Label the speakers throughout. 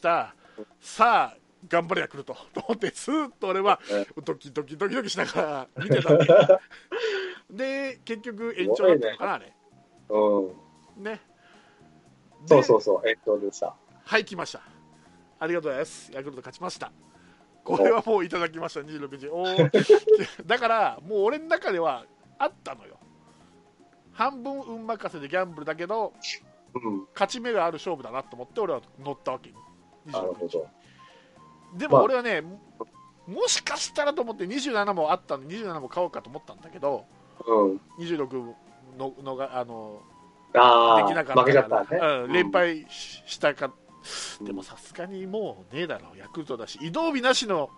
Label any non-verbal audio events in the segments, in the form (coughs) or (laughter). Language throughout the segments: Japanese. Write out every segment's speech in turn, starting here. Speaker 1: たさあ頑張れヤクルトと (laughs) 思ってずーっと俺はドキドキドキドキしながら見てたんでで結局延長だったのかなあれ
Speaker 2: うん。
Speaker 1: ねで
Speaker 2: そうそうそう、えっとでさ。
Speaker 1: はい来ましたありがとうございますヤクルト勝ちましたこれはもういただきました26時おー (laughs) だからもう俺の中ではあったのよ半分運任せでギャンブルだけど
Speaker 2: うん。
Speaker 1: 勝ち目がある勝負だなと思って俺は乗ったわけ
Speaker 2: なるほど。
Speaker 1: でも俺はね、もしかしたらと思って27もあったんで27も買おうかと思ったんだけど
Speaker 2: うん。
Speaker 1: 26ののがあので
Speaker 2: あ
Speaker 1: きなか
Speaker 2: あ、
Speaker 1: った
Speaker 2: 負けちゃったね。
Speaker 1: うん、連敗ししたか
Speaker 2: うん
Speaker 1: でもさすがにもうねえだろヤクルトだし移動日なしの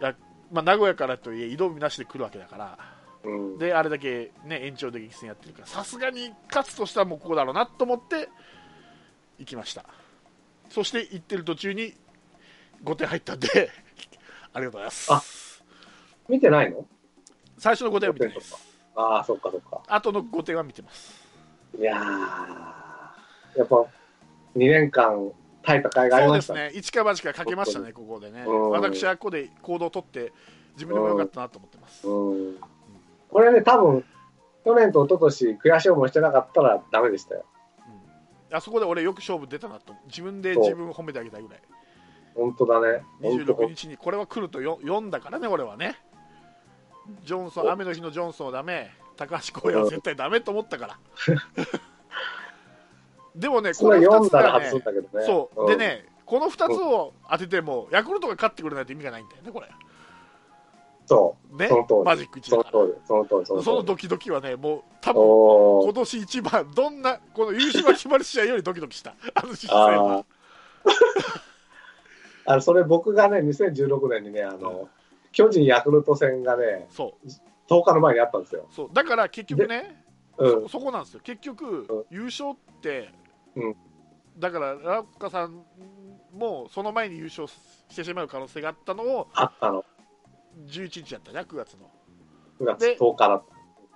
Speaker 1: や、まあ、名古屋からといえ移動日なしで来るわけだから
Speaker 2: うん。
Speaker 1: であれだけ、ね、延長で激戦やってるからさすがに勝つとしたらもうここだろうなと思って行きましたそして行ってる途中に5点入ったんで (laughs) ありがとうございます
Speaker 2: あ見てないの
Speaker 1: 最初の5点は見てないです
Speaker 2: ああ、そっかそっか。
Speaker 1: 後の5点は見てます
Speaker 2: いやー、やっぱ2年間耐えた甲斐があり
Speaker 1: そう
Speaker 2: ま
Speaker 1: で
Speaker 2: し
Speaker 1: す
Speaker 2: たね。
Speaker 1: ね一か八かかけましたねここでね
Speaker 2: うん
Speaker 1: 私はここで行動を取って自分でも良かったなと思ってます
Speaker 2: うん。これね、多分、去年と一昨年悔しい思いしてなかったらダメでしたよ。
Speaker 1: あそこで俺よく勝負出たなと自分で
Speaker 2: そう
Speaker 1: 自分を褒めてあげたいぐらい
Speaker 2: 本当だね。本当
Speaker 1: 26日にこれは来るとよ読んだからね俺はねジョンソン
Speaker 2: そう
Speaker 1: 雨の日のジョンソンはダメ高橋光也は絶対ダメと思った
Speaker 2: (laughs)
Speaker 1: からでもね
Speaker 2: そ
Speaker 1: この
Speaker 2: れ
Speaker 1: 2つ
Speaker 2: 読んだら
Speaker 1: が
Speaker 2: 外すん
Speaker 1: ね
Speaker 2: だけどね。
Speaker 1: そうで
Speaker 2: ん。
Speaker 1: ねこの2つを当ててもヤクルトが勝ってくれないと意味がないんだよねこれ
Speaker 2: そ
Speaker 1: ね
Speaker 2: その通り
Speaker 1: マジック
Speaker 2: う。
Speaker 1: 1
Speaker 2: そ
Speaker 1: だ
Speaker 2: の
Speaker 1: か
Speaker 2: 通り、その通り、そ
Speaker 1: ら
Speaker 2: の
Speaker 1: その
Speaker 2: 通り。
Speaker 1: ドキドキはねもう多分
Speaker 2: お
Speaker 1: 今
Speaker 2: お。
Speaker 1: 年一番どんなこの優勝が決まる試合よりドキドキしたあの試合は
Speaker 2: あーあのそれ僕がね、2016年にね、あの、巨人ヤクルト戦がね、
Speaker 1: そう
Speaker 2: 10日の前にあったんですよ。
Speaker 1: そうだから結局ね、
Speaker 2: うん。
Speaker 1: そこなんですよ、結局、
Speaker 2: うん
Speaker 1: 優勝って、
Speaker 2: うん
Speaker 1: だからラッカさんもその前に優勝してしまう可能性があったのを
Speaker 2: あったの。
Speaker 1: 11日やったね、9月の、
Speaker 2: 9月
Speaker 1: で
Speaker 2: 10日だっ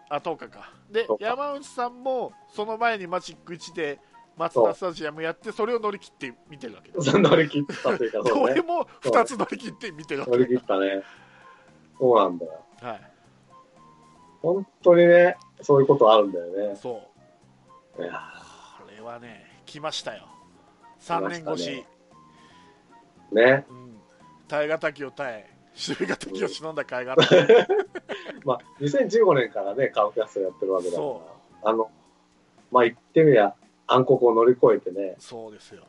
Speaker 1: あ10日か。で
Speaker 2: 10、日
Speaker 1: 山内さんもその前にマジック1でマツダスタジアムやって、それを乗り切って見てるわけです。
Speaker 2: た。乗り切ったというか、そう
Speaker 1: こ
Speaker 2: ね
Speaker 1: れ。も2つ乗り切って見てるわけ
Speaker 2: 乗り切ったね。そうなんだよ。
Speaker 1: はい、
Speaker 2: 本当にね、そういうことあるんだよね。
Speaker 1: そう
Speaker 2: いや
Speaker 1: これはね、来ましたよ、3年越し。
Speaker 2: 来ましたねね。
Speaker 1: うん耐え難きを耐え、 (laughs) 忍び難きを忍んだ甲斐があった。
Speaker 2: まあ、2015年からね、カウキャストやってるわけだか
Speaker 1: そ
Speaker 2: ら、あの、まあ、言ってみりゃ、暗黒を乗り越えてね、
Speaker 1: そうですよ。、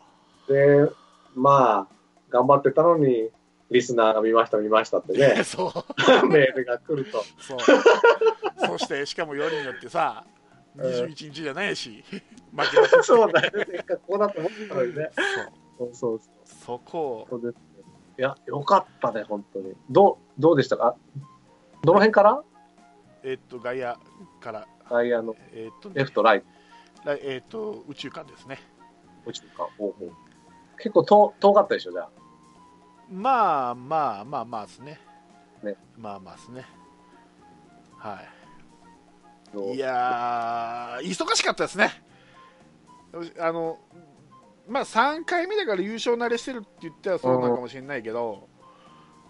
Speaker 2: で、まあ、頑張ってたのに、リスナーが見ました、見ましたって
Speaker 1: (laughs)
Speaker 2: ね (laughs)
Speaker 1: そう。
Speaker 2: メールが来ると、
Speaker 1: そう。 (laughs) そして、しかもよりによってさ、
Speaker 2: うん
Speaker 1: 21日じゃないし、 (laughs) 負けなし
Speaker 2: そうだよね、せっかくこうだと思ったのにね。
Speaker 1: そう。
Speaker 2: そうそうそう
Speaker 1: そこを、
Speaker 2: そうですねいや、よかったね、本当に。どう、どうでしたかどの辺から
Speaker 1: えっと、外野から、
Speaker 2: 外野の、
Speaker 1: えっと、
Speaker 2: レフト、ライト
Speaker 1: 来えっと、宇宙間ですね。
Speaker 2: 宇宙か。ほうほう結構遠遠かったでしょ、じゃあ。
Speaker 1: まあまあまあまあですね。
Speaker 2: ね
Speaker 1: まあまあですね。はい。
Speaker 2: どう
Speaker 1: いやー、忙しかったですね。あの、まあ、3回目だから優勝慣れしてるって言ったらそうなのかもしれないけど、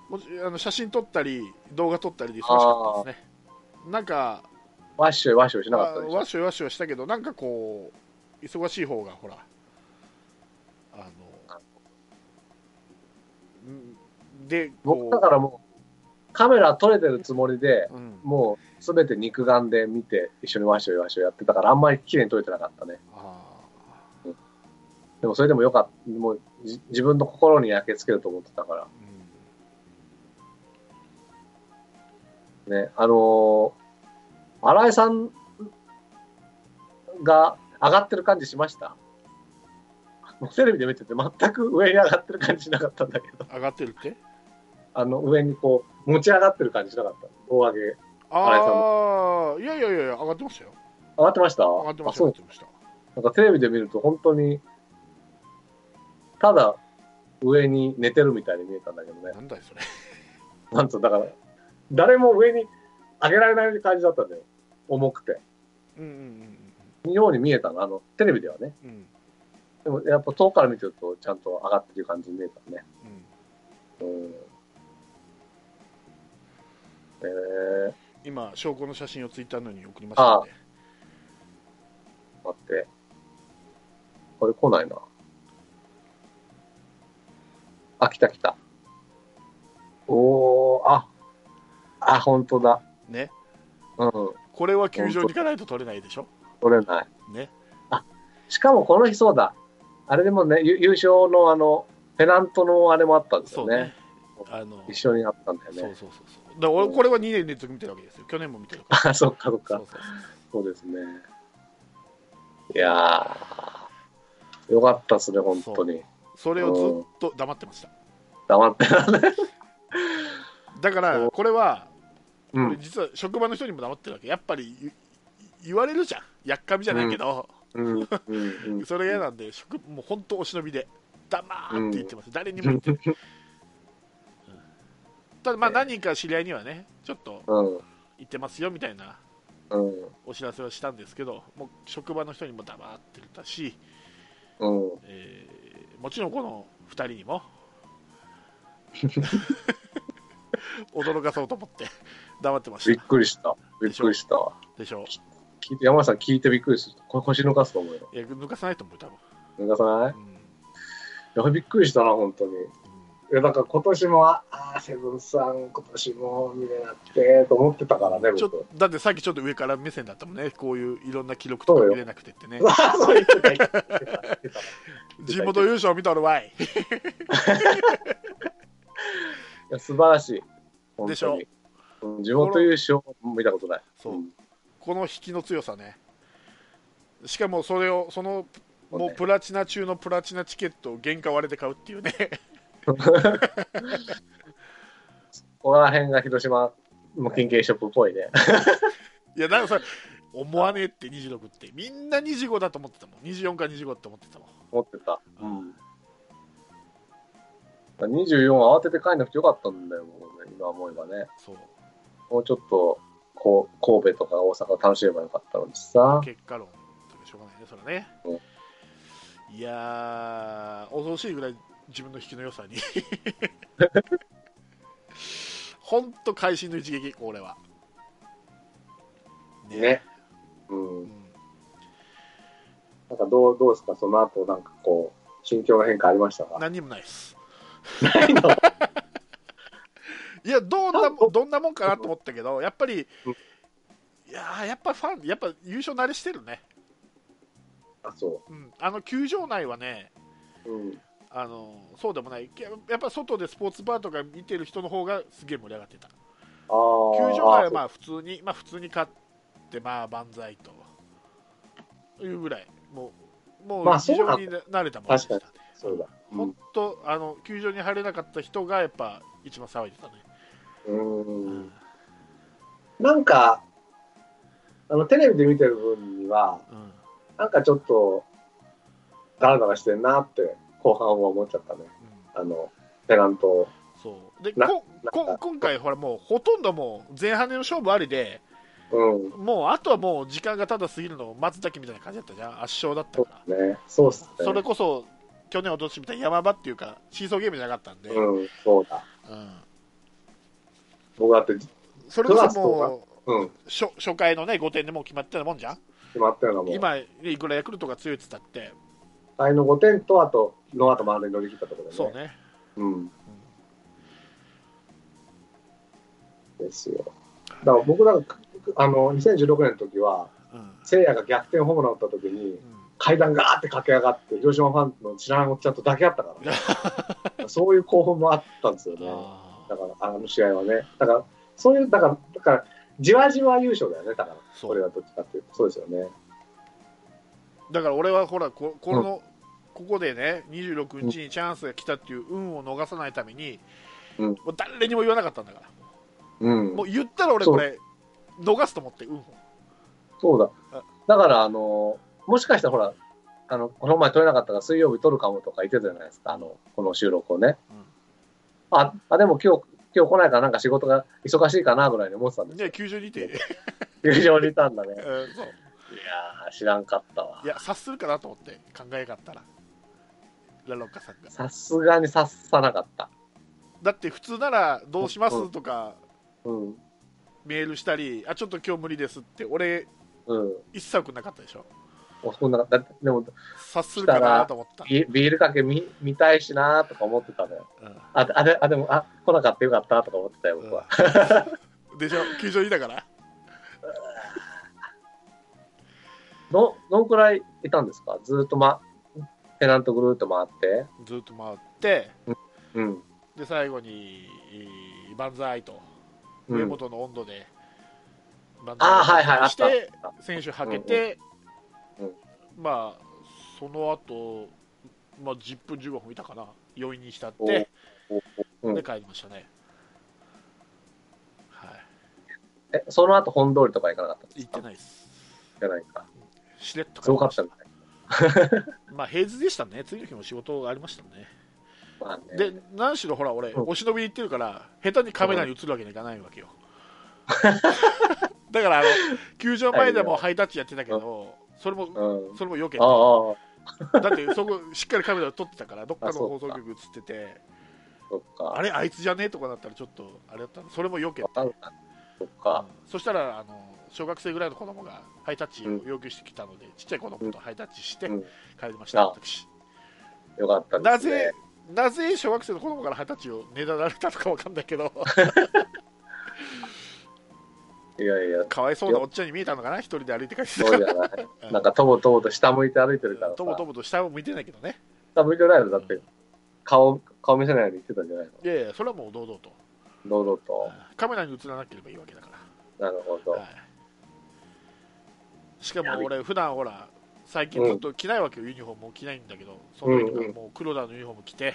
Speaker 1: もちあの写真撮ったり、動画撮ったりで忙しかったですね。なんか、
Speaker 2: ワッショイワッショイしな
Speaker 1: ま
Speaker 2: かっ
Speaker 1: あ
Speaker 2: たでし
Speaker 1: わ
Speaker 2: ょ。
Speaker 1: っしょいわっしょいしたけど、なんかこう、忙しい方が、ほら、あの、うんで、
Speaker 2: 僕
Speaker 1: こ
Speaker 2: だからもう、カメラ撮れてるつもりで、
Speaker 1: う、うん、
Speaker 2: もうすべて肉眼で見て、一緒にワッショイワッショイやってたから、あんまり綺麗に撮れてなかったね。
Speaker 1: あ
Speaker 2: でもそれでもよかった。もうじ自分の心に焼け付けると思ってたか
Speaker 1: ーうん
Speaker 2: ら。ね、あのー、新井さんが上がってる感じしましたもうテレビで見てて全く上に上がってる感じしなかったんだけど、
Speaker 1: 上がってるって
Speaker 2: あの上にこう持ち上がってる感じしなかった。胴上げ。荒井さん
Speaker 1: ああ、いやいやいや、上がってましたよ。
Speaker 2: 上がってました
Speaker 1: 上がってま
Speaker 2: あ
Speaker 1: した、
Speaker 2: そ
Speaker 1: 上が
Speaker 2: う
Speaker 1: ってました。
Speaker 2: なんかテレビで見ると本当に、ただ上に寝てるみたいに見えたんだけどね。 (laughs)
Speaker 1: なんだいそれ。
Speaker 2: なんつうのだから、誰も上に上げられない感じだったんだよ。重くて。
Speaker 1: うんうん
Speaker 2: ように見えたの、あの、テレビではね。
Speaker 1: うんうん。
Speaker 2: でもやっぱ遠くから見てるとちゃんと上がってる感じに見えたね。
Speaker 1: うん
Speaker 2: うん。え
Speaker 1: 今、証拠の写真をツイッターのように送りましたので、
Speaker 2: ー、待って。これ来ないな。あ、来た来た。おー、あ、あ、本当だ。
Speaker 1: ね、
Speaker 2: うん、
Speaker 1: これは球場に行かないと取れないでしょ、
Speaker 2: 取れない。
Speaker 1: ね、
Speaker 2: しかもこの日そうだ。あれでもね、ゆ優勝のあの、ペナントのあれもあったんです
Speaker 1: そ
Speaker 2: よ
Speaker 1: う
Speaker 2: ね。
Speaker 1: ね、あの
Speaker 2: 一緒にあったんだよ
Speaker 1: そう
Speaker 2: ね。
Speaker 1: そうそうそう、だから俺、これは2年連続見てるわけですよ、去年も見てるから、
Speaker 2: あ、そっかそっ
Speaker 1: そ
Speaker 2: か
Speaker 1: う。そう
Speaker 2: そうですね。いやー、よかったですね、本当に。
Speaker 1: それをずっと黙ってました、
Speaker 2: 黙ってられない。
Speaker 1: だから、これは、
Speaker 2: う
Speaker 1: 俺
Speaker 2: ん。
Speaker 1: 実は職場の人にも黙ってるわけ、やっぱり言言われるじゃん、やっかみじゃないけど、
Speaker 2: うん。うん。
Speaker 1: (laughs)
Speaker 2: うん
Speaker 1: それが嫌なんで、職もう本当、お忍びで、黙ーって言ってます、誰にも言ってない、
Speaker 2: (laughs)
Speaker 1: ただ、まあ、
Speaker 2: えー
Speaker 1: 何人か知り合いにはね、ちょっと
Speaker 2: うん。
Speaker 1: 言ってますよみたいな。
Speaker 2: うん。
Speaker 1: お知らせをしたんですけど、もう職場の人にも黙ってたし、
Speaker 2: うん。
Speaker 1: えーもちろんこの2人にも驚かそうと思って黙ってま
Speaker 2: びっ
Speaker 1: した
Speaker 2: くりした。びっくりしたわ。
Speaker 1: でしょ
Speaker 2: 聞いて山下さん聞いてびっくりする。これ腰抜かすと思うよ。
Speaker 1: ういや抜かさないと思う多分、
Speaker 2: 抜かさない
Speaker 1: うん
Speaker 2: いや、びっくりしたな、本当に。いや、なんか今年も、ああー、セブンさん、今年も見れなくて、と思ってたからね、
Speaker 1: ちょっ
Speaker 2: 僕
Speaker 1: と。だってさっきちょっと上から目線だったもんねこういういろんな記録とか
Speaker 2: そうよ
Speaker 1: 見れなくてって
Speaker 2: (laughs)
Speaker 1: ね
Speaker 2: ああ、そう言ってた。言ってた言ってた
Speaker 1: 地元優勝見たるわい
Speaker 2: いや素晴らしい。本当に
Speaker 1: でしょ
Speaker 2: うん地元優勝も見たことない。
Speaker 1: そう
Speaker 2: うん
Speaker 1: この引きの強さねしかもそれをその
Speaker 2: そう
Speaker 1: も
Speaker 2: ね (laughs)
Speaker 1: うプラチナ中のプラチナチケットを原価割れで買うっていうね (laughs)
Speaker 2: ここら辺が広島の金券ショップっぽいね。
Speaker 1: いや、なんかさ、思わねえって26って、みんな25だと思ってたもん、24か25って思ってたもん。
Speaker 2: 思ってた。
Speaker 1: う
Speaker 2: 24慌てて帰んなくてよかったんだよ、もうね今思えばね。
Speaker 1: そう、
Speaker 2: もうちょっと、こう神戸とか大阪を楽しめばよかったのにさ。
Speaker 1: 結果論とかしょうがないね、それはね
Speaker 2: う。
Speaker 1: いやー、恐ろしいぐらい自分の引きの良さに。 (laughs) ほんと会心の一撃、これは。
Speaker 2: ね。う。
Speaker 1: うんん
Speaker 2: なんかどう、どうですか、その後、なんかこう、心境の変化ありましたか
Speaker 1: 何にもないです。いやどんなもどんなもんかなと思ったけど、やっぱり、
Speaker 2: うん
Speaker 1: いやーやっぱファン、やっぱ優勝慣れしてるね、
Speaker 2: (laughs) あ、そ
Speaker 1: うん、あの球場内はね、
Speaker 2: う。うん。
Speaker 1: あのそうでもない、ややっぱ外でスポーツバーとか見てる人の方がすげえ盛り上がってた、
Speaker 2: あー
Speaker 1: 球場内はまあ普通に、まあ、普通に勝って、まあ万歳というぐらい、もう、も
Speaker 2: ま
Speaker 1: う
Speaker 2: あ
Speaker 1: 非
Speaker 2: そうな
Speaker 1: 常
Speaker 2: んだ
Speaker 1: に慣れたものでしたね、
Speaker 2: そうだ。う
Speaker 1: 本当、あの球場に入れなかった人が、やっぱ一番騒いでたね。う
Speaker 2: ん。うんんなんか、あの、テレビで見てる分には、
Speaker 1: うん
Speaker 2: なんかちょっと、ダラダラしてんなって、後半は思っちゃったね。
Speaker 1: うん
Speaker 2: あの、ペナント。
Speaker 1: そうで
Speaker 2: な
Speaker 1: こ
Speaker 2: な
Speaker 1: こ
Speaker 2: んか
Speaker 1: 今回、ほらもうほとんどもう前半での勝負ありで、
Speaker 2: うん。
Speaker 1: もうあとはもう時間がただ過ぎるのを待つだけみたいな感じだったじゃん、圧勝だった
Speaker 2: そう
Speaker 1: から、
Speaker 2: ですね。そうっすね。
Speaker 1: それこそ去年、おととしみたいに山場っていうか、シーソーゲームじゃなかったんで、うん
Speaker 2: うん、そうだ。僕だって、
Speaker 1: それこ
Speaker 2: 9月
Speaker 1: そ
Speaker 2: と
Speaker 1: もう
Speaker 2: うん、
Speaker 1: 初初回の、ね、5点でもう決まってたもんじゃん、
Speaker 2: 決まったようなもん。
Speaker 1: 今、ねいくらヤクルトが強いって言ったって、
Speaker 2: 前の5点と、あと、ノアと満塁乗り切ったところでね。
Speaker 1: そう。ね、
Speaker 2: うん。
Speaker 1: う
Speaker 2: ですよ。だから僕なんか、あの、2016年の時は、
Speaker 1: んうん
Speaker 2: 聖夜が逆転ホームラン打った時に、
Speaker 1: うん
Speaker 2: 階段がーって駆け上がって、広島ファンの知らないおっちゃんと抱き合っ
Speaker 1: (laughs)
Speaker 2: たから、そういう興奮もあったんですよね。
Speaker 1: あ
Speaker 2: だ
Speaker 1: ー
Speaker 2: から、あの試合はね。だから、そういう、だから、だから、じわじわ優勝だよね、だから、
Speaker 1: そう
Speaker 2: これはどっちかっていうと、そうですよね。
Speaker 1: だから俺はほらここの、ここでね26日にチャンスが来たっていう運を逃さないために、
Speaker 2: うん
Speaker 1: もう誰にも言わなかったんだから
Speaker 2: うん
Speaker 1: もう言ったら俺これ逃すと思って運を
Speaker 2: そうだ
Speaker 1: あ。
Speaker 2: だから、あの、もしかしたらほら、あの、この前取れなかったから水曜日取るかもとか言ってたじゃないですか、あの、この収録をね。
Speaker 1: うん
Speaker 2: あ、あ、でも今日、今日来ないからなんか仕事が忙しいかなぐらいに思ってたんです
Speaker 1: で
Speaker 2: よ。
Speaker 1: 92点、
Speaker 2: 球場にいたんだね。い
Speaker 1: え (laughs)
Speaker 2: や
Speaker 1: ーそう
Speaker 2: ー、知らんかったわ
Speaker 1: い。や察するかなと思って考えがあったらラロッカさんが
Speaker 2: さすがに察さなかった。
Speaker 1: だって普通ならどうしますとか
Speaker 2: うん。
Speaker 1: メールしたりあちょっと今日無理ですって俺
Speaker 2: うん。
Speaker 1: 一切なかったでしょ
Speaker 2: あそんなだってでも、
Speaker 1: 察するかなと思った
Speaker 2: ビビールかけ見見たいしなーとか思ってたのよ。
Speaker 1: うん
Speaker 2: あ、であれ、あ、でも、あ、来なかったよかったとか思ってたよ、僕は。 (laughs)
Speaker 1: うんでしょ球場にだから
Speaker 2: ど、どんくらいいたんですかずーっとま、ペナントぐるーっと回って。
Speaker 1: ずっと回って
Speaker 2: うん。
Speaker 1: で最後にえー万歳と
Speaker 2: う
Speaker 1: 上
Speaker 2: ん、
Speaker 1: 元の温度で万
Speaker 2: あーはいはいあっ
Speaker 1: したて選手はけて
Speaker 2: うんうん
Speaker 1: まあその後まあ10分15分いたかな余韻に浸っ
Speaker 2: お
Speaker 1: て
Speaker 2: おおうん
Speaker 1: で帰りましたねはい
Speaker 2: え、その後本通りとか行かなかったんです
Speaker 1: 行っ
Speaker 2: か
Speaker 1: てないです
Speaker 2: じゃないか。
Speaker 1: しれっと帰
Speaker 2: す
Speaker 1: り
Speaker 2: ごか
Speaker 1: ま
Speaker 2: っ
Speaker 1: したた
Speaker 2: みたい。
Speaker 1: まあ平日でしたね次の日も仕事ありましたね
Speaker 2: まあね、
Speaker 1: で何しろほら俺、
Speaker 2: うん
Speaker 1: お忍び行ってるから下手にカメラに映るわけにはいかないわけ
Speaker 2: (laughs)
Speaker 1: よだからあの球場前でもハイタッチやってたけどそれも
Speaker 2: うん。
Speaker 1: それもよけ
Speaker 2: あ
Speaker 1: だ
Speaker 2: あ、
Speaker 1: ってそこしっかりカメラ撮ってたからどっかの
Speaker 2: あそうか
Speaker 1: 放送局映ってて
Speaker 2: そっ
Speaker 1: あ
Speaker 2: か。
Speaker 1: れあいつじゃねえとかだったらちょっとあれだったのそれもよけ
Speaker 2: わかんないそっか。
Speaker 1: そしたらあの小学生ぐらいの子供がハイタッチを要求してきたので、ちっちゃい子供とハイタッチして
Speaker 2: うん
Speaker 1: 帰りました、
Speaker 2: あ
Speaker 1: 私
Speaker 2: よかった
Speaker 1: な
Speaker 2: です、ね。
Speaker 1: ぜなぜ小学生の子供からハイタッチをねだられたのかわかんないけど
Speaker 2: いやいや、
Speaker 1: かわいそうなおっちゃんに見えたのかな、一人で歩いて帰って
Speaker 2: そうじ
Speaker 1: た
Speaker 2: ゃ
Speaker 1: (laughs)
Speaker 2: ない。なんか、とぼとぼと下向いて歩いてるからさ。
Speaker 1: ともともと下を向いてないけどね、
Speaker 2: 下向いてないのだっ
Speaker 1: う
Speaker 2: て
Speaker 1: ん、
Speaker 2: 顔、顔見せないように言ってたんじゃないの
Speaker 1: いやいや、それはもう堂々と、
Speaker 2: 堂々と。
Speaker 1: カメラに映らなければいいわけだか
Speaker 2: なるほ
Speaker 1: ら、
Speaker 2: ど
Speaker 1: は。い、しかも俺、普段ほら、最近ずっと着ないわけよ、ユニフォームを着ないんだけど、その時
Speaker 2: うんう
Speaker 1: は
Speaker 2: ん
Speaker 1: もう黒田のユニフォーム着て、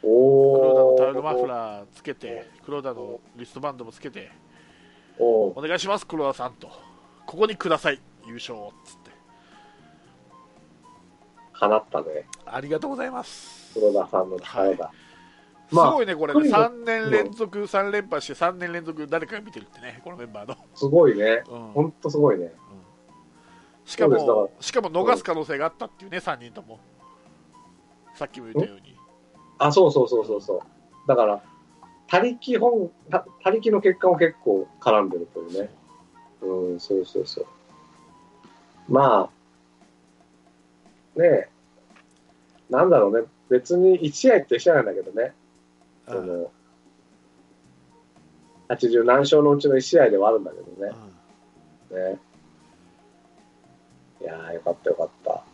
Speaker 1: 黒
Speaker 2: お
Speaker 1: 田
Speaker 2: ー。
Speaker 1: のタオルマフラーつけて、黒田のリストバンドもつけて、
Speaker 2: おー
Speaker 1: お願いします、黒田さんと、ここにください、優勝をつって、
Speaker 2: 放ったね。
Speaker 1: ありがとうございます。
Speaker 2: 黒田さんのタオルだ。
Speaker 1: す
Speaker 2: まあ
Speaker 1: ごいね、これ
Speaker 2: と
Speaker 1: ね、
Speaker 2: にか
Speaker 1: 3年連続、3連覇して、3年連続、誰かが見てるってね、このメンバー
Speaker 2: (laughs)
Speaker 1: の。
Speaker 2: すごいね。
Speaker 1: う
Speaker 2: ほ
Speaker 1: ん
Speaker 2: んとすごいね。
Speaker 1: しか
Speaker 2: そうですだ
Speaker 1: も
Speaker 2: か、
Speaker 1: しかも逃す可能性があったっていうね、3人とも。さっきも言ったように。
Speaker 2: あ、そうそうそうそうそう。だから、他力本、他他力の結果も結構絡んでるというね。うん、そうそうそう。まあ、ねえ、なんだろうね。別に1試合って試合なんだけどね。
Speaker 1: う
Speaker 2: そ
Speaker 1: んうん
Speaker 2: の、80何勝のうちの1試合ではあるんだけどね。ねいやー、よかったよかった。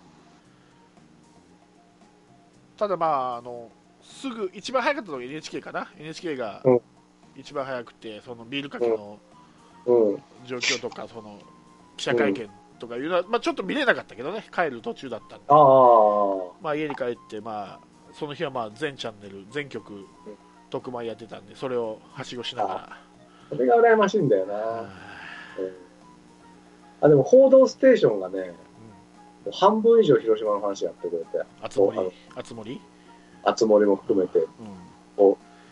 Speaker 1: ただまあ、あの、すぐ、一番早かったのが NHK かな ?NHK が
Speaker 2: うん
Speaker 1: 一番早くて、そのビールかけの
Speaker 2: うん、
Speaker 1: 状況とか、その記者会見とかいうのは、まあちょっと見れなかったけどね、帰る途中だったんで。
Speaker 2: ああ、
Speaker 1: まあ家に帰って、まあ、その日はまあ全チャンネル、全局、特番やってたんで、それをはしごしながら。
Speaker 2: それが羨ましいんだよな。
Speaker 1: うん
Speaker 2: うんあでも「報道ステーション」がねもう半分以上広島の話やってくれて
Speaker 1: あつ森
Speaker 2: そうあの、
Speaker 1: あつ森、
Speaker 2: 熱盛も含めて
Speaker 1: う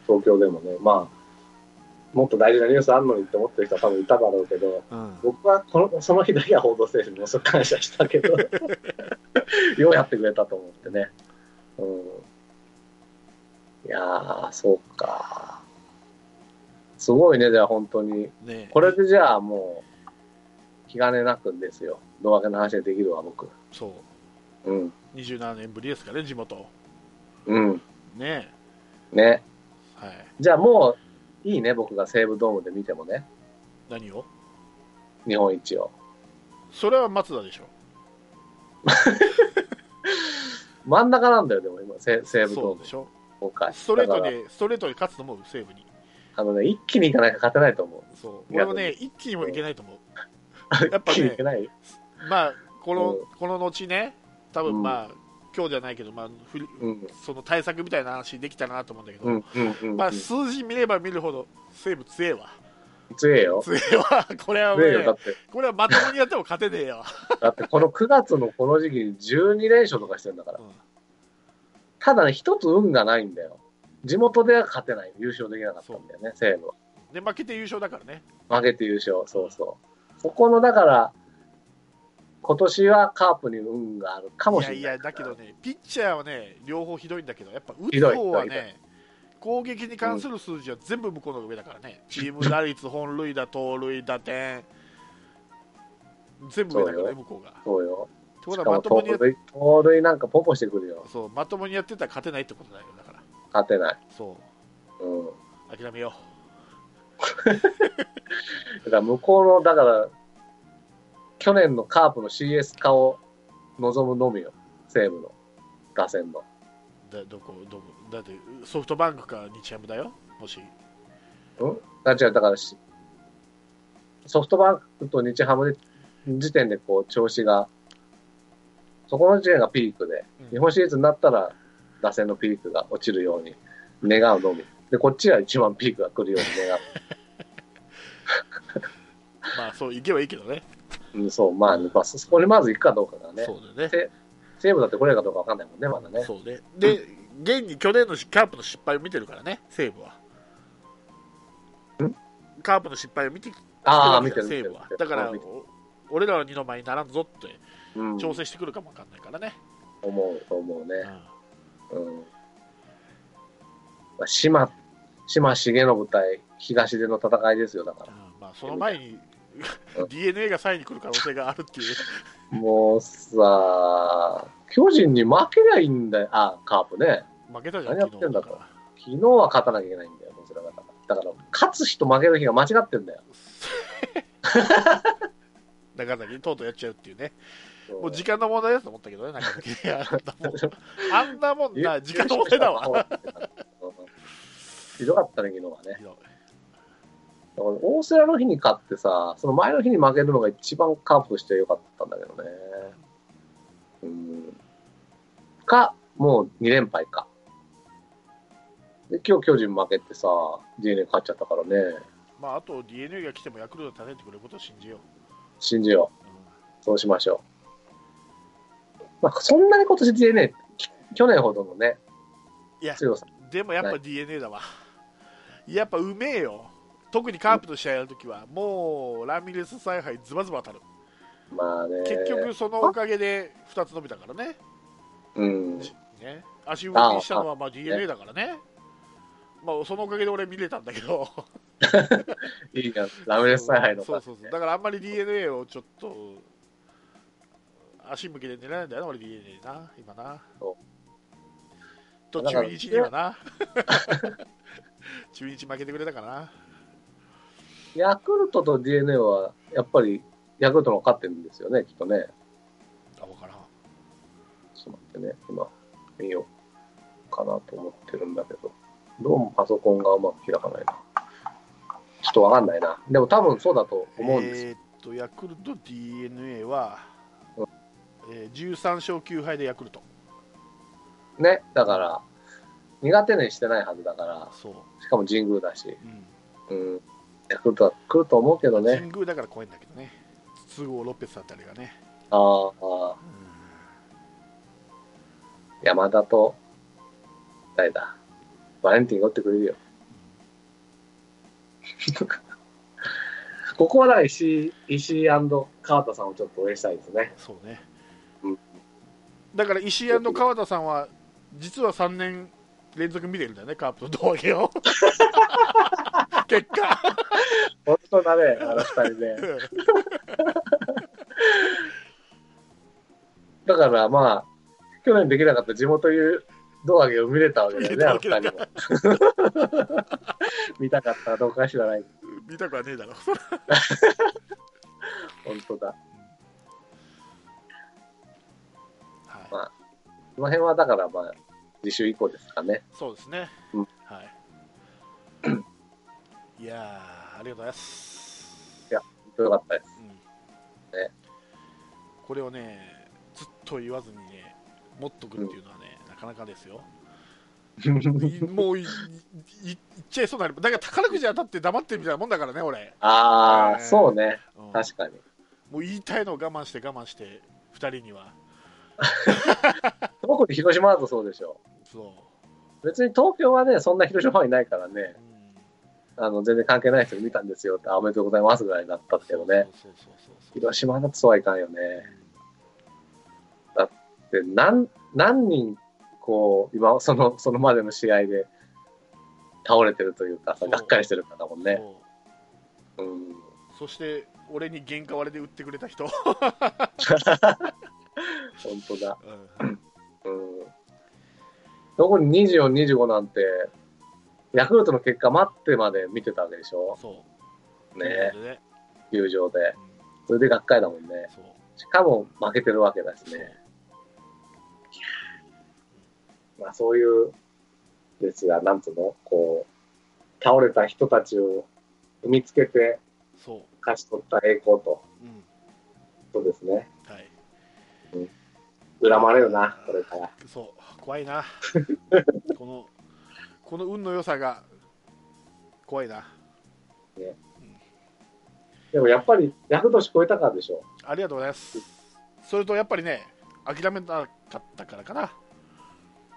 Speaker 2: 東京でもねまあもっと大事なニュースあんのにって思ってる人は多分いただろうけど
Speaker 1: んうん、
Speaker 2: 僕はこのその日だけは「報道ステーション」にものすごく感謝した
Speaker 1: (laughs)
Speaker 2: けどようやってくれたと思ってね、うん、いやーそうかすごいねじゃあ本当に
Speaker 1: ね
Speaker 2: これでじゃあもう気兼ねなくんですよ胴上げの話ができるわ僕
Speaker 1: そう
Speaker 2: うん。
Speaker 1: 27年ぶりですかね地元
Speaker 2: うん。
Speaker 1: ね
Speaker 2: ね。
Speaker 1: はい
Speaker 2: じゃあもう、いいね、僕が西武ドームで見てもね、
Speaker 1: 何を
Speaker 2: 日本一を。
Speaker 1: それは松田でしょ
Speaker 2: 真ん中なんだよ、でも今、せ西武ド
Speaker 1: そ
Speaker 2: ー
Speaker 1: う
Speaker 2: ム
Speaker 1: で。しょ
Speaker 2: 今回。
Speaker 1: ストレート
Speaker 2: だから
Speaker 1: でストレートで勝つと思う西武に
Speaker 2: あのね、一気にいかないと勝てないと思う。
Speaker 1: そう
Speaker 2: いや
Speaker 1: 俺もね一気にもいけないと思うやっぱ
Speaker 2: 一気にい
Speaker 1: ね
Speaker 2: けない
Speaker 1: まあこの
Speaker 2: うん
Speaker 1: この後ね多
Speaker 2: う
Speaker 1: 分
Speaker 2: ん
Speaker 1: まあ、今日じゃないけど、まあ、ふり
Speaker 2: うん。
Speaker 1: その対策みたいな話できたらなと思うんだけど、
Speaker 2: うん。うん。うん。
Speaker 1: まあ、
Speaker 2: 強
Speaker 1: 数字見れば見るほど西武強えわ
Speaker 2: えよ。
Speaker 1: 強えわ (laughs) これは
Speaker 2: 強えよ。だ
Speaker 1: ね
Speaker 2: って、
Speaker 1: これはまともにやっても勝てねえよ、
Speaker 2: だってこの9月のこの時期に12連勝とかしてるんだから
Speaker 1: う。ん
Speaker 2: ただね、一つ運がないんだよ。地元では勝てない。優勝できなかったんだよね、西武は。
Speaker 1: で負けて優勝だからね
Speaker 2: 負けて優勝、そうそう。そこの、だから、今年はカープに運があるかもしれないい。
Speaker 1: やいや、だけどね、ピッチャーはね、両方ひどいんだけど、やっぱ打
Speaker 2: ひ
Speaker 1: つ
Speaker 2: どい
Speaker 1: 方は
Speaker 2: ひどい
Speaker 1: ね、攻撃に関する数字は全部向こうの方が上だからね、チーム打率、本塁打、盗塁、打点、全部上だか
Speaker 2: そ
Speaker 1: ら
Speaker 2: う
Speaker 1: ね、
Speaker 2: よ
Speaker 1: 向こうが。って
Speaker 2: そうよ。
Speaker 1: こ
Speaker 2: し
Speaker 1: と
Speaker 2: か
Speaker 1: はま
Speaker 2: も
Speaker 1: とも
Speaker 2: 盗
Speaker 1: にやっ
Speaker 2: 塁、盗塁なんかポポしてくるよ。
Speaker 1: そうまともにやってたら勝てないってことだよ、だから。
Speaker 2: 勝てない。
Speaker 1: そ
Speaker 2: うん。だ
Speaker 1: う、諦めよ
Speaker 2: から向こうの、だから、去年のカープの CS 化を望むのみよ。西武の打線の。
Speaker 1: う。だどこどこだってソフトバンクか日ハムだよ、もし。
Speaker 2: あ、違う、だからし、ソフトバンクと日ハムで、時点でこう、調子が、そこの時点がピークで、
Speaker 1: うん
Speaker 2: 日本シリーズになったら、打線のピークが落ちるように願うのみ。で、こっちは一番ピークが来るように願
Speaker 1: まあそう、いけばいいけどね。
Speaker 2: う。うん、そう、まあ、まあ、そそこにまず行くかどうかがね。
Speaker 1: そうだね。
Speaker 2: 西武だって来れるかどうかわかんないもんね、まだね。
Speaker 1: そうね。で、現に去年のカープの失敗を見てるからね、西武は。カープの失敗を見てきてる
Speaker 2: ああ、
Speaker 1: わ
Speaker 2: 見
Speaker 1: け
Speaker 2: て
Speaker 1: だ
Speaker 2: る
Speaker 1: よ、西
Speaker 2: 見て
Speaker 1: 武
Speaker 2: る
Speaker 1: は。。だから
Speaker 2: 見てる、
Speaker 1: お俺らは二の舞にならんぞって
Speaker 2: うん、
Speaker 1: 調整してくるかもわかんないからね。
Speaker 2: 思う、思うね。
Speaker 1: うん
Speaker 2: うんまあ島、島重信対東出の戦いですよ、だ
Speaker 1: (laughs)
Speaker 2: か
Speaker 1: まあ、その前に
Speaker 2: うん
Speaker 1: DNA が3位に来る可能性があるっていう。
Speaker 2: ら。もうさ、巨人に負けりゃいいんだよ。あ、カープね。
Speaker 1: 負けたじゃん、
Speaker 2: 何やってんだと (laughs)
Speaker 1: 昨日から
Speaker 2: 昨日は勝たなきゃいけないんだよ、どちらかだから。だから、勝つ日と負ける日が間違ってんだよ。
Speaker 1: 中崎にとうとうやっちゃうっていうね。
Speaker 2: そう
Speaker 1: もう時間の問題だと思ったけどね、中崎。あんなもんあんなもんな、時間の問題だ
Speaker 2: (laughs)
Speaker 1: わ。。
Speaker 2: うんひどかったね、昨日はね。
Speaker 1: ひどい
Speaker 2: だから大瀬良の日に勝ってさ、その前の日に負けるのが一番カープとしては良かったんだけどね。うん。か、もう2連敗か。で、今日巨人負けてさ、DNA 勝っちゃったからね、
Speaker 1: まあ、あと DNA が来てもヤクルト叩いてくれることを信じよう。
Speaker 2: 信じよう。そうしましょう。まあ、そんなに今年 DNA、き去年ほどのね、
Speaker 1: いや
Speaker 2: 強さ。
Speaker 1: でもやっぱ
Speaker 2: は
Speaker 1: DNA だわ。やっぱうめえよ。特にカープと試合やるときは、もうラミレス采配ズバズバ当たる。
Speaker 2: まあね。
Speaker 1: 結局、そのおかげで2つ伸びたからね。
Speaker 2: うん。
Speaker 1: ね足踏みしたのはまあ DNA だからね。まあ、そのおかげで俺見れたんだけど。
Speaker 2: いいじゃん。ラムレス采配の。
Speaker 1: そうそうそう。だからあんまり DNA をちょっと、足向けて狙えないんだよな、俺 DNA な、今な。
Speaker 2: そ
Speaker 1: と、
Speaker 2: だから
Speaker 1: 中日には
Speaker 2: (laughs)
Speaker 1: な。中日負けてくれたかな。
Speaker 2: ヤクルトと DNA は、やっぱり、ヤクルトの方が勝ってるんですよね、きっとね。
Speaker 1: あ、わからん。
Speaker 2: ちょっと待ってね、今、見ようかなと思ってるんだけど、どうもパソコンがうまく開かないな。ちょっとわかんないな。でも多分そうだと思うんですよ。
Speaker 1: えーっと、ヤクルト DNA は
Speaker 2: う、
Speaker 1: えー13勝9敗でヤクルト。
Speaker 2: ね。だから、苦手にしてないはずだから、
Speaker 1: そう。
Speaker 2: しかも神宮だし、
Speaker 1: うん
Speaker 2: うん、ヤクルトは来ると思うけどね。
Speaker 1: 神宮だから怖いんだけどね。筒香ロペスあたりがね。
Speaker 2: あーあー、山田と、誰だ。バレンティンが打ってくれるよ。 (laughs) ここはだから石井、石井川田さんをちょっと応援したいですね。
Speaker 1: そうね
Speaker 2: うん。
Speaker 1: だから石井の川田さんは、実は3年連続見てるんだよね、カープの胴上げ
Speaker 2: (laughs)
Speaker 1: を。結果、
Speaker 2: 本当だね、あの二人ね。 (laughs) だからまあ、去年できなかった地元いう胴上げを見れたわけだよね、あの二人も。 (laughs) 見たかったらどうか知らない。
Speaker 1: 見たくはねえだろ。
Speaker 2: 本当だ。
Speaker 1: はい
Speaker 2: まあこの辺はだからまあ、自習以降ですかね。
Speaker 1: そうですね。
Speaker 2: うん
Speaker 1: はい。いやー、ありがとうございます。
Speaker 2: いやよかったです。
Speaker 1: うん
Speaker 2: ね
Speaker 1: これをね、ずっと言わずにね、持っとくっていうのはね、なかなかです
Speaker 2: (laughs)
Speaker 1: よ。いもういいいいっちゃいそうになる。だから宝くじ当たって黙ってるみたいなもんだからね、俺。
Speaker 2: あ
Speaker 1: ね
Speaker 2: あ、そうね。
Speaker 1: うん
Speaker 2: 確かに。
Speaker 1: もう言いたいのを我慢して我慢して、2人には。
Speaker 2: 特に広島だとそうでしょ。
Speaker 1: そ
Speaker 2: 別に東京はね、そんな広島はいないからね
Speaker 1: う。、うん
Speaker 2: あの、全然関係ない人に見たんですよって、あおめでとうございますぐらいだったけどね。
Speaker 1: そうそうそうそうそう
Speaker 2: 広島だとそうはいかんよね。
Speaker 1: うん
Speaker 2: って何、何人、こう、今、その、そのまでの試合で倒れてるというかさ、
Speaker 1: そう
Speaker 2: がっかりしてる方もね。
Speaker 1: そう
Speaker 2: うん。
Speaker 1: そして俺に原価割れで売ってくれた人、
Speaker 2: 本当だ。
Speaker 1: うん
Speaker 2: うん。残り24、25なんて、ヤクルトの結果待ってまで見てたわけでしょ
Speaker 1: そ
Speaker 2: ね
Speaker 1: うねね、
Speaker 2: 球場で
Speaker 1: う。ん
Speaker 2: それでがっかりだもんね。
Speaker 1: そう
Speaker 2: しかも負けてるわけだしね。まあそういう、ですが、なんつうのこう、倒れた人たちを踏みつけて
Speaker 1: そう
Speaker 2: 勝ち取った栄光と。
Speaker 1: そう、うん
Speaker 2: そうですね。
Speaker 1: はい、
Speaker 2: 恨まれるな、これから。
Speaker 1: そう怖い
Speaker 2: (laughs)
Speaker 1: なこのこの運の良さが怖いな
Speaker 2: でもやっぱり、ヤクルト超えたからでしょ。
Speaker 1: ありがとうございますそれとやっぱりね諦めなかったからかな、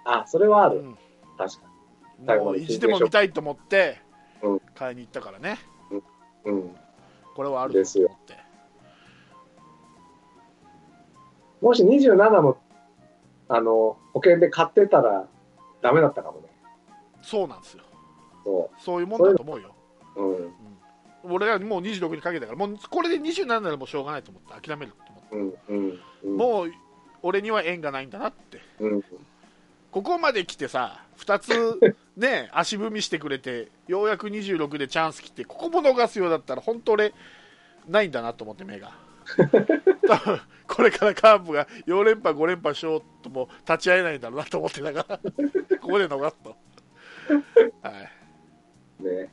Speaker 2: あ、それはあ
Speaker 1: う
Speaker 2: る。
Speaker 1: ん、
Speaker 2: 確か最後
Speaker 1: も
Speaker 2: ま
Speaker 1: う
Speaker 2: で
Speaker 1: 意地でも見たいと思って
Speaker 2: うん
Speaker 1: 買いに行ったからね
Speaker 2: に。うん。
Speaker 1: これはあると思って
Speaker 2: もし27も、あの、保険で買ってたら、ダメだったかもね。
Speaker 1: そうなんですよ
Speaker 2: そ
Speaker 1: そういうもんだと思うよ
Speaker 2: う。うん。
Speaker 1: 俺らもう26にかけたからもうこれで27ならもうしょうがないと思って諦めると思って、
Speaker 2: うん。うん。うん。
Speaker 1: もう俺には縁がないんだなって
Speaker 2: うん。
Speaker 1: ここまで来てさ2つね足踏みしてくれてようやく26でチャンス来てここも逃すようだったら本当俺ないんだなと思って目が多分これからカープが4連覇5連覇しようとも立ち会えないんだろうなと思ってたからここで逃すと、はい、
Speaker 2: ね。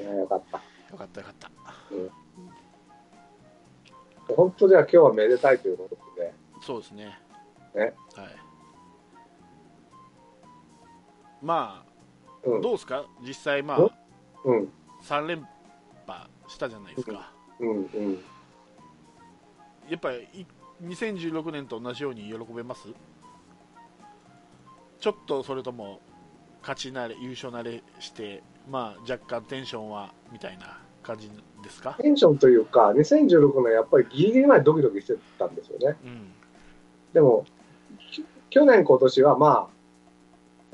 Speaker 2: いや、よかった。
Speaker 1: よかったよかった
Speaker 2: 本当じゃあ今日はめでたいということで、
Speaker 1: そうですね。
Speaker 2: ね
Speaker 1: はい。まあ、
Speaker 2: うん
Speaker 1: どうですか実際、ま
Speaker 2: うん
Speaker 1: あ、
Speaker 2: うん、
Speaker 1: 3連覇したじゃないですか。
Speaker 2: うん、うん。
Speaker 1: やっぱり、い2016年と同じように喜べますちょっとそれとも、勝ち慣れ、優勝慣れして、まあ、若干テンションは、みたいな感じですか
Speaker 2: テンションというか、2016年やっぱりギリギリまでドキドキしてたんですよね。
Speaker 1: うん。
Speaker 2: でも、き去年今年はまあ、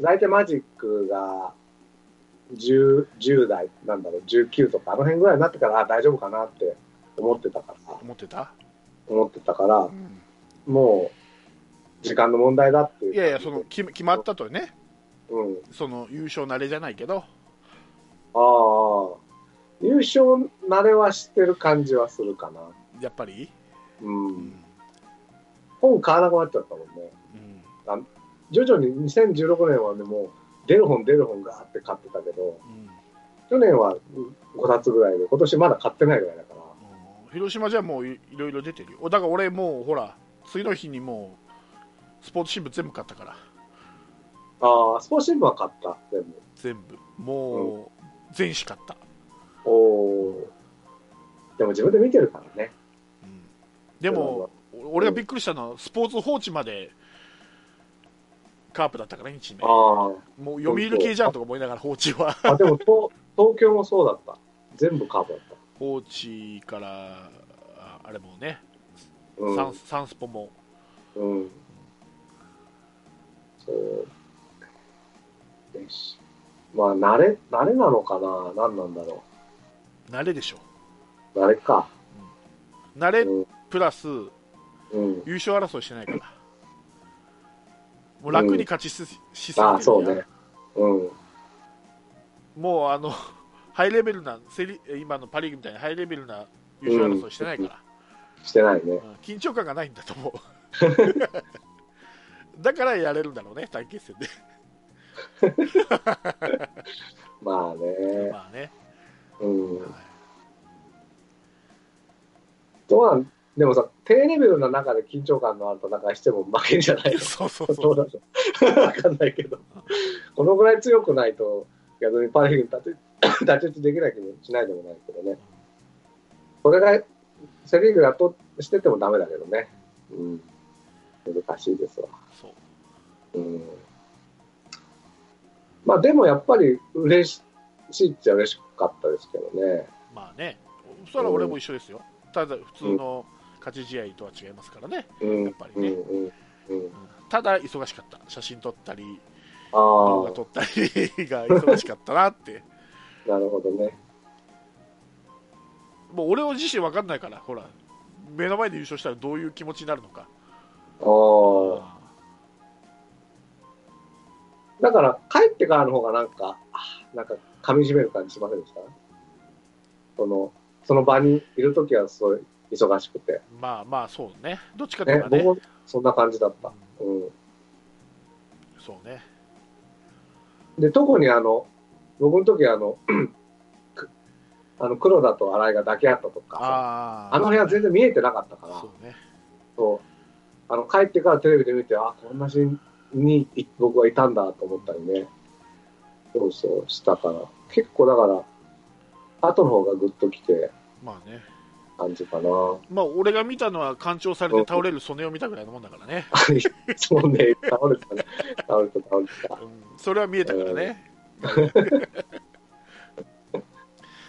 Speaker 2: 大体マジックが 10, 10代、なんだろう、19とか、あの辺ぐらいになってから、あ大丈夫かなって思ってたから、
Speaker 1: 思ってた、
Speaker 2: 思ってたから、もう、時間の問題だっていう。
Speaker 1: いやいや、その、決め決まったとね、
Speaker 2: うん。
Speaker 1: その、優勝慣れじゃないけど、
Speaker 2: ああ、優勝慣れはしてる感じはするかな。
Speaker 1: やっぱり、
Speaker 2: う
Speaker 1: うんん。
Speaker 2: 本買わなくなっちゃったもんね。
Speaker 1: うん
Speaker 2: 徐々に2016年はね、もう出る本出る本があって買ってたけど、
Speaker 1: うん
Speaker 2: 去年は5冊ぐらいで、今年まだ買ってないぐらいだから。
Speaker 1: 広島じゃもういいろいろ出てるよだから俺もうほら次の日にもうスポーツ新聞全部買ったから
Speaker 2: ああ、スポーツ新聞は買った、全部。
Speaker 1: 全部もう全紙買った、
Speaker 2: おお。でも自分で見てるからね。
Speaker 1: うんでも俺がびっくりしたのはスポーツ報知までカープだったからね1名
Speaker 2: あー
Speaker 1: もう読売系じゃんとか思いながら放置は
Speaker 2: あ。でも東、東京もそうだった。全部カーブだった。
Speaker 1: (laughs) 放置からああれもね、
Speaker 2: うん。
Speaker 1: サンサンスポも
Speaker 2: うん。そう。よし。まあ、慣れ、慣れなのかな何なんだろ
Speaker 1: 慣れでしょ
Speaker 2: う。慣れか。
Speaker 1: 慣れ
Speaker 2: うん
Speaker 1: プラス
Speaker 2: うん。
Speaker 1: 優勝争いしてないからもう楽に勝ちす、しすぎてる
Speaker 2: ああ、そう
Speaker 1: じゃん
Speaker 2: ね。うん。
Speaker 1: もうあのハイレベルなセリ今のパ・リーグみたいにハイレベルな優勝争いしてないから、
Speaker 2: してないね。
Speaker 1: うん緊張感がないんだと思う
Speaker 2: (laughs)
Speaker 1: だからやれるんだろうね短期決戦で、
Speaker 2: まあね。
Speaker 1: まあね、
Speaker 2: うん。どうなんでもさ、低レベルな中で緊張感のある戦いしても負けんじゃな
Speaker 1: (laughs)
Speaker 2: いの
Speaker 1: そうそう
Speaker 2: ど
Speaker 1: そう
Speaker 2: うだろう。わかんないけど。このぐらい強くないと、逆にパリに立ち (coughs) 立ち打ちできない気もしないでもないけどね。これがセ・リーグだとしててもダメだけどね。うん。難しいですわ。
Speaker 1: そう
Speaker 2: うん。まあでもやっぱり嬉しいっちゃ嬉しかったですけどね。
Speaker 1: まあねそしたら俺も一緒ですよただ普通の勝ち試合とは違いますからね、
Speaker 2: うん、
Speaker 1: やっぱりね
Speaker 2: うんうんうん、
Speaker 1: ただ忙しかった、写真撮ったり、
Speaker 2: あ
Speaker 1: 動画
Speaker 2: あ、
Speaker 1: 撮ったりが忙しかったなって、
Speaker 2: なるほどね。
Speaker 1: もう俺自身分かんないから、ほら、目の前で優勝したらどういう気持ちになるのか、
Speaker 2: ああ、だから帰ってからの方がなんか、あーなんか噛み締める感じしませんでしたその、その場にいるときはすごい忙しくて。
Speaker 1: まあまあ、そうね、どっちかとい
Speaker 2: ね
Speaker 1: う、とね
Speaker 2: 僕、もそんな感じだった。
Speaker 1: う
Speaker 2: うん。
Speaker 1: んそうね、
Speaker 2: で、特にあの、僕の時あの、くあの黒田と新井が抱き合ったとか、
Speaker 1: あー
Speaker 2: あの辺は全然見えてなかったから、
Speaker 1: そうね、
Speaker 2: そうあの帰ってからテレビで見て、あ、こんなシーンにい僕はいたんだと思ったりね、そうそうしたから、結構だから、後の方がぐっときて
Speaker 1: まあね、
Speaker 2: 感じかな。
Speaker 1: まあ、俺が見たのは、干潮されて倒れる曽根を見たぐらいのもんだからね、
Speaker 2: そうね、倒れたね、倒れた倒れた。
Speaker 1: うんそれは見えたからね。 (laughs)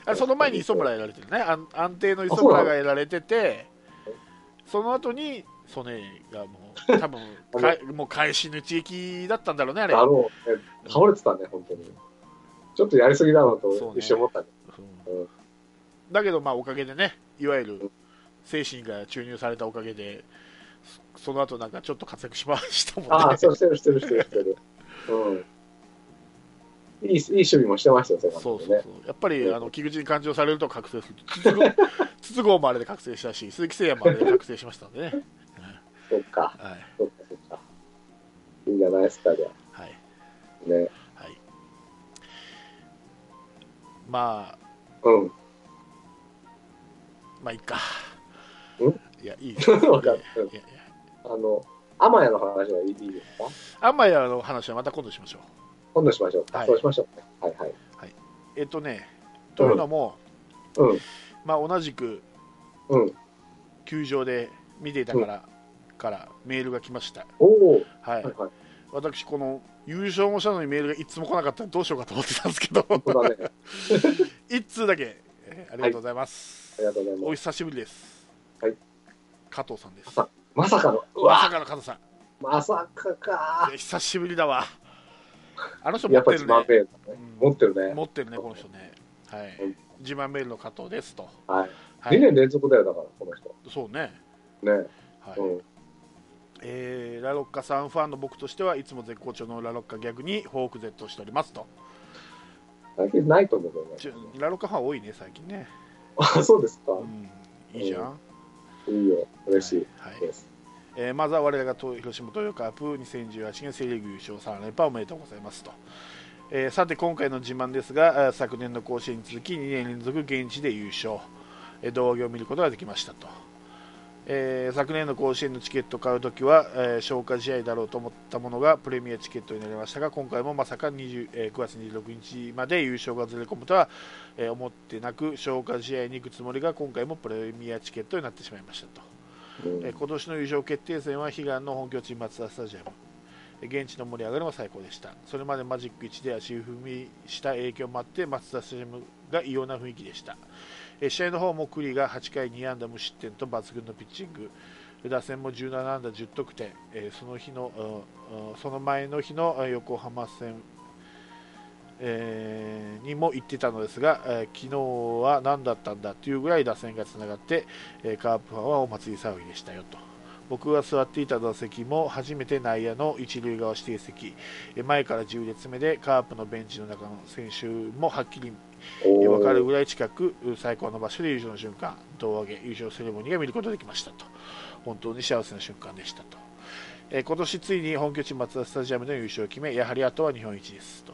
Speaker 1: あれその前に磯村やられてるね、安安定の磯村がやられてて、その後に曽根がもう、
Speaker 2: (laughs)
Speaker 1: 多分かもう返しの一撃だったんだろうね、あれ。
Speaker 2: あの、ね、倒れてたね、本当に。ちょっとやりすぎだなと一瞬思ったね。
Speaker 1: うんだけど、まあ、おかげでね、いわゆる精神が注入されたおかげで、そその後なんかちょっと活躍しましたもんね。
Speaker 2: ああ、そうしてる、してる、してる、してる。うん。いい、いい守備もしてましたよ、セカン
Speaker 1: そ
Speaker 2: ド
Speaker 1: う
Speaker 2: で
Speaker 1: そう
Speaker 2: ね。
Speaker 1: そう、やっぱりあの木口に感情されると覚醒する、筒香 (laughs) 筒香もあれで覚醒したし、鈴木誠也もあれで覚醒しましたんでね、
Speaker 2: そっか、
Speaker 1: はい、
Speaker 2: そっか、そっか。いいんじゃないですか、じゃ
Speaker 1: はい、
Speaker 2: あ。ね。
Speaker 1: はい、まあ、
Speaker 2: うん。
Speaker 1: まあ、いいか、いや、いい
Speaker 2: (laughs) わかる
Speaker 1: いやいやいや
Speaker 2: あの、アマヤの話はいいいいですか
Speaker 1: あんまりあの話はまた今度しましょう。
Speaker 2: 今度しましょうか。
Speaker 1: はい
Speaker 2: そうしましょうね。はいはい。
Speaker 1: えっとね、というのも、
Speaker 2: うん。
Speaker 1: まあ、同じく
Speaker 2: うん。
Speaker 1: 球場で見ていたから,、からメールが来ました、
Speaker 2: おおー。
Speaker 1: はい
Speaker 2: はい、はい。
Speaker 1: 私、この優勝もしたのにメールがいつも来なかったらどうしようかと思ってたんですけど。
Speaker 2: 本当だね。
Speaker 1: 一通だけ、えーありがとうございます、
Speaker 2: ありがとうござい
Speaker 1: お
Speaker 2: ます。
Speaker 1: 久しぶりです、
Speaker 2: はい、
Speaker 1: 加藤さんです
Speaker 2: あまさかの、う
Speaker 1: ま
Speaker 2: わ
Speaker 1: さかの加藤さん
Speaker 2: まさか
Speaker 1: い
Speaker 2: か
Speaker 1: や久しぶりだわあの人持
Speaker 2: や
Speaker 1: っ
Speaker 2: っぱ
Speaker 1: て
Speaker 2: 自
Speaker 1: る
Speaker 2: 慢
Speaker 1: ね
Speaker 2: ベーだね。
Speaker 1: う
Speaker 2: 持ってる
Speaker 1: ん
Speaker 2: ね。
Speaker 1: 持ってるねこの人ねはい
Speaker 2: うん
Speaker 1: 自慢メールの加藤ですと、
Speaker 2: はい。
Speaker 1: はい
Speaker 2: 2年連続だよ、だから、この人。
Speaker 1: そうね、
Speaker 2: ね。
Speaker 1: はい
Speaker 2: うん。
Speaker 1: えーラロッカさんファンの僕としてはいつも絶好調のラロッカ逆にフォークゼットしておりますと
Speaker 2: 最近ないと思うけど
Speaker 1: ちゅ
Speaker 2: ね。
Speaker 1: ラロッカファン多いね最近ね、
Speaker 2: あ、そうですか。
Speaker 1: うん、いいじゃん、
Speaker 2: いいよ、嬉しい
Speaker 1: はい
Speaker 2: です。
Speaker 1: えーまずは我らが東広島東洋カープ2018年セ・リーグ優勝3連覇おめでとうございますと、えーさて今回の自慢ですがあー昨年の甲子園に続き2年連続現地で優勝、えー、胴上げを見ることができましたと、えー昨年の甲子園のチケットを買うときは、えー消化試合だろうと思ったものがプレミアチケットになりましたが今回もまさか20、えー9月26日まで優勝がずれ込むとは、えー思ってなく消化試合に行くつもりが今回もプレミアチケットになってしまいましたと。
Speaker 2: うん
Speaker 1: えー今年の優勝決定戦は悲願の本拠地マツダスタジアムえー現地の盛り上がりも最高でしたそれまでマジック1で足踏みした影響もあってマツダスタジアムが異様な雰囲気でしたえー試合の方もクリが8回2安打無失点と抜群のピッチング打線も17安打10得点、えーその日のうんうんその前の日のえー横浜戦えーにも行ってたのですが、えー昨日は何だったんだというぐらい打線がつながって、えーカープファンはお祭り騒ぎでしたよと僕が座っていた座席も初めて内野の一塁側指定席えー前から10列目でカープのベンチの中の選手もはっきり分かるぐらい近く最高の場所で優勝の瞬間胴上げ優勝セレモニーが見ることができましたと本当に幸せな瞬間でしたと、えー今年ついに本拠地マツダスタジアムでの優勝を決めやはりあとは日本一ですと、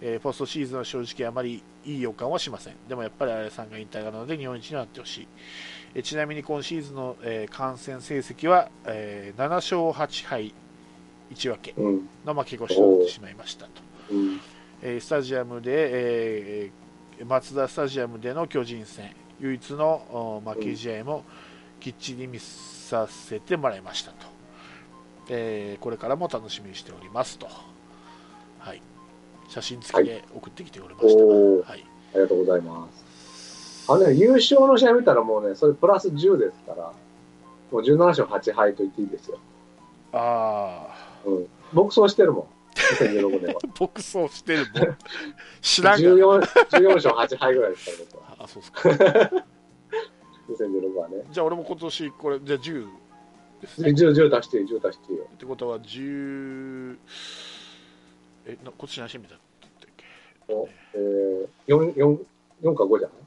Speaker 1: えーポストシーズンは正直あまりいい予感はしませんでもやっぱり新井さんが引退なので日本一になってほしい、えーちなみに今シーズンの、えー観戦成績は、えー7勝8敗1分け
Speaker 2: うん。
Speaker 1: の負け越しとなってしまいましたと
Speaker 2: うん。
Speaker 1: えースタジアムで、えー、マツダスタジアムでの巨人戦唯一のお負け試合もきっちり見させてもらいましたと、えーこれからも楽しみにしておりますと、はい、写真付きで送ってきておりましたが
Speaker 2: おー
Speaker 1: はい
Speaker 2: ありがとうございます。あのね、優勝の試合見たらもうね、それプラス10ですから、もう17勝8敗と言っていいですよ。
Speaker 1: あ
Speaker 2: うん。僕そうしてるもん。2016年は。
Speaker 1: あ、ボクソーしてるも
Speaker 2: (laughs)
Speaker 1: ん。知らんが (laughs) な。
Speaker 2: 14, 14勝8敗ぐらいですから、僕は。
Speaker 1: あ、そうっすか。
Speaker 2: 2016はね。
Speaker 1: じゃあ俺も今年これ、じゃあ10ですね。
Speaker 2: 10、10足してよ、10足してよ。
Speaker 1: ってことは10、え、なこっち何試合目だったっけ
Speaker 2: おえー、4、4、4か5じゃない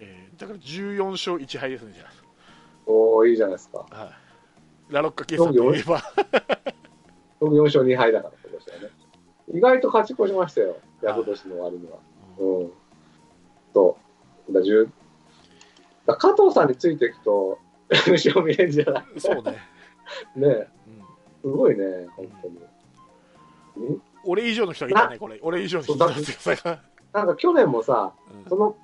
Speaker 1: えーだから14勝1敗ですね、じゃ
Speaker 2: おー、いいじゃないですか。
Speaker 1: あ。はい。ラロッカ計算といえば、
Speaker 2: 僕4勝2敗だから、今年はね。意外と勝ち越しましたよ。ヤクルト氏の割には。
Speaker 1: うん
Speaker 2: うん。と、だ10だ加藤さんについていくと、 (laughs) 後ろ見えんじゃな
Speaker 1: (laughs)
Speaker 2: い
Speaker 1: そうね。
Speaker 2: ねえ
Speaker 1: うん
Speaker 2: すごいね、本当に。ん
Speaker 1: 俺以上の人がいたね、これ。俺以上の人がいたんですよ、それが
Speaker 2: なんか去年もさ、その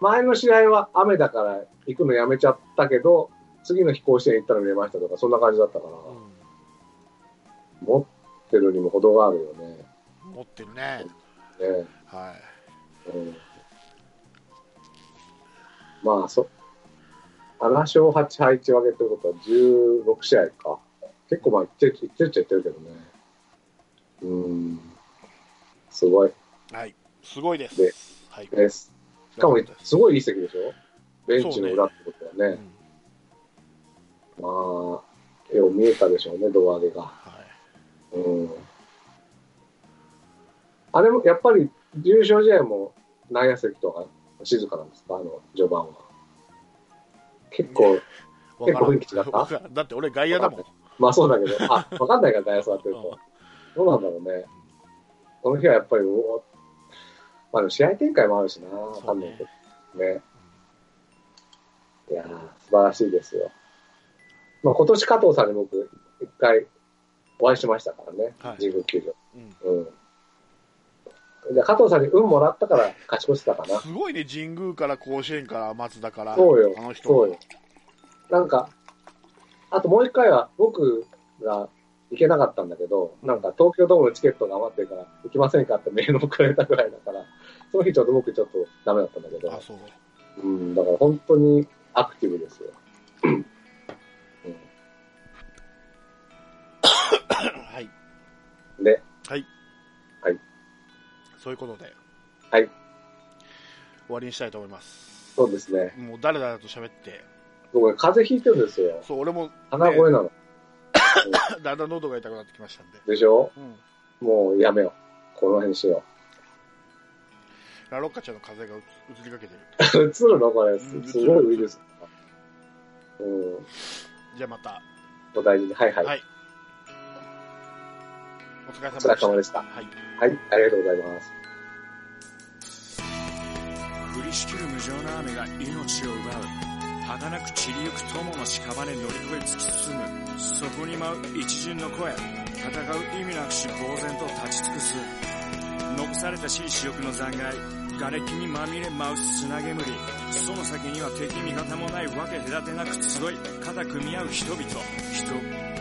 Speaker 2: 前の試合は雨だから行くのやめちゃったけど、次の飛行支援行ったら見れましたとか、そんな感じだったから、
Speaker 1: う
Speaker 2: 持ってるにも程があるよね。
Speaker 1: ん持ってるね。
Speaker 2: ね
Speaker 1: はい。
Speaker 2: うん、まあ、そ7勝8敗1分けということは16試合か。結構まあ、いってるいってるっちゃいってるけどね。うん、すごい
Speaker 1: はい、すごいです。
Speaker 2: で
Speaker 1: はい、
Speaker 2: です。しかも、すごいいい席でしょベンチの裏ってことだ
Speaker 1: う
Speaker 2: よ
Speaker 1: ん
Speaker 2: ね。まあ、よう見えたでしょうね、胴上げが。
Speaker 1: はい、
Speaker 2: うん。あれも、やっぱり、優勝試合も内野席とか静かなんですかあの、序盤は。結構、結構雰囲気違った
Speaker 1: わからんだって俺外野だもん。
Speaker 2: まあそうだけど、あ、わかんないから内野座ってると。どうなんだろうね。この日はやっぱり、うおまあでも試合展開もあるしな、わかんないけどね。いやー、素晴らしいですよ。まあ今年加藤さんに僕、一回お会いしましたからね、
Speaker 1: はい
Speaker 2: 神宮球場。
Speaker 1: うん
Speaker 2: うん。じゃあ加藤さんに運もらったから勝ち越したかな。
Speaker 1: すごいね、神宮から甲子園から松田から、
Speaker 2: そうよ
Speaker 1: あの人
Speaker 2: そうよ。なんか、あともう一回は僕が行けなかったんだけど、なんか東京ドームのチケットが余ってるから行きませんかってメールもくれたぐらいだから、その日ちょっと僕ちょっとダメだったんだけ
Speaker 1: あ
Speaker 2: ど、
Speaker 1: そう
Speaker 2: うん、だから本当にアクティブですよ。
Speaker 1: はい、
Speaker 2: うん、で、
Speaker 1: そういうことで、
Speaker 2: はい、
Speaker 1: 終わりにしたいと思います。
Speaker 2: そうですね。
Speaker 1: もう誰々と喋って、
Speaker 2: 僕ね風邪ひいてるんですよ。
Speaker 1: そう、俺も (coughs)
Speaker 2: 鼻声なの。
Speaker 1: だんだん喉が痛くなってきましたんで、
Speaker 2: でしょ
Speaker 1: うん、
Speaker 2: もうやめよう。この辺にしよ
Speaker 1: ラロッカちゃんの風邪がうつ移りか
Speaker 2: (laughs)
Speaker 1: けてる。
Speaker 2: う。映るのこれ、す
Speaker 1: うん
Speaker 2: すごいウイルス。うん、
Speaker 1: じゃあまた、
Speaker 2: お大事に。はいはい。
Speaker 1: はいお疲れ様で
Speaker 2: お疲
Speaker 1: し
Speaker 2: れ
Speaker 1: た。
Speaker 2: 様でした。
Speaker 1: はい
Speaker 2: はい、ありがとうございます。
Speaker 3: 降りしきる無情な雨が命を奪う儚く散りゆく友の屍乗り越え突き進むそこに舞う一陣の声戦う意味なくし呆然と立ち尽くす残されたしい死翼の残骸瓦礫にまみれ舞う砂煙その先には敵味方もないわけ隔てなく集い肩組み合う人々人争い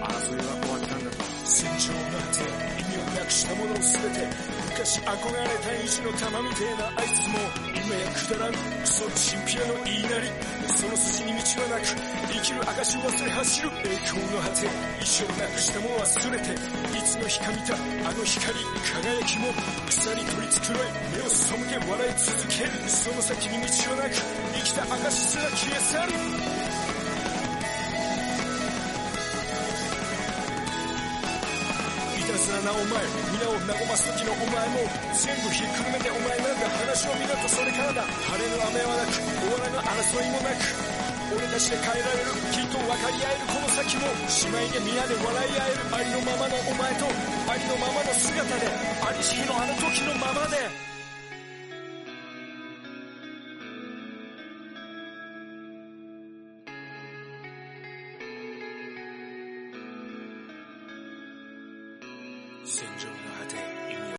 Speaker 3: は終わったんだ戦場なんて意味をなくしたものすべて昔憧れた意地の玉みてえなあいつも今やくだらんクソチンピラの言いなりその筋に道はなく生きる証を忘れ走る栄光の果て意地をなくしたもの忘れていつの日か見たあの光輝きも草に取り繕い目を背け笑い続けるその先に道はなく生きた証すら消え去るいたずらなお前皆を和ます時のお前も全部ひっくるめてお前なんだ話を見ろとそれからだ晴れの雨はなく終わらぬ争いもなく俺たちで変えられるきっと分かり合えるこの先も姉妹で皆で笑い合えるありのままのお前とありのままの姿でありしきのあの時のままで戦場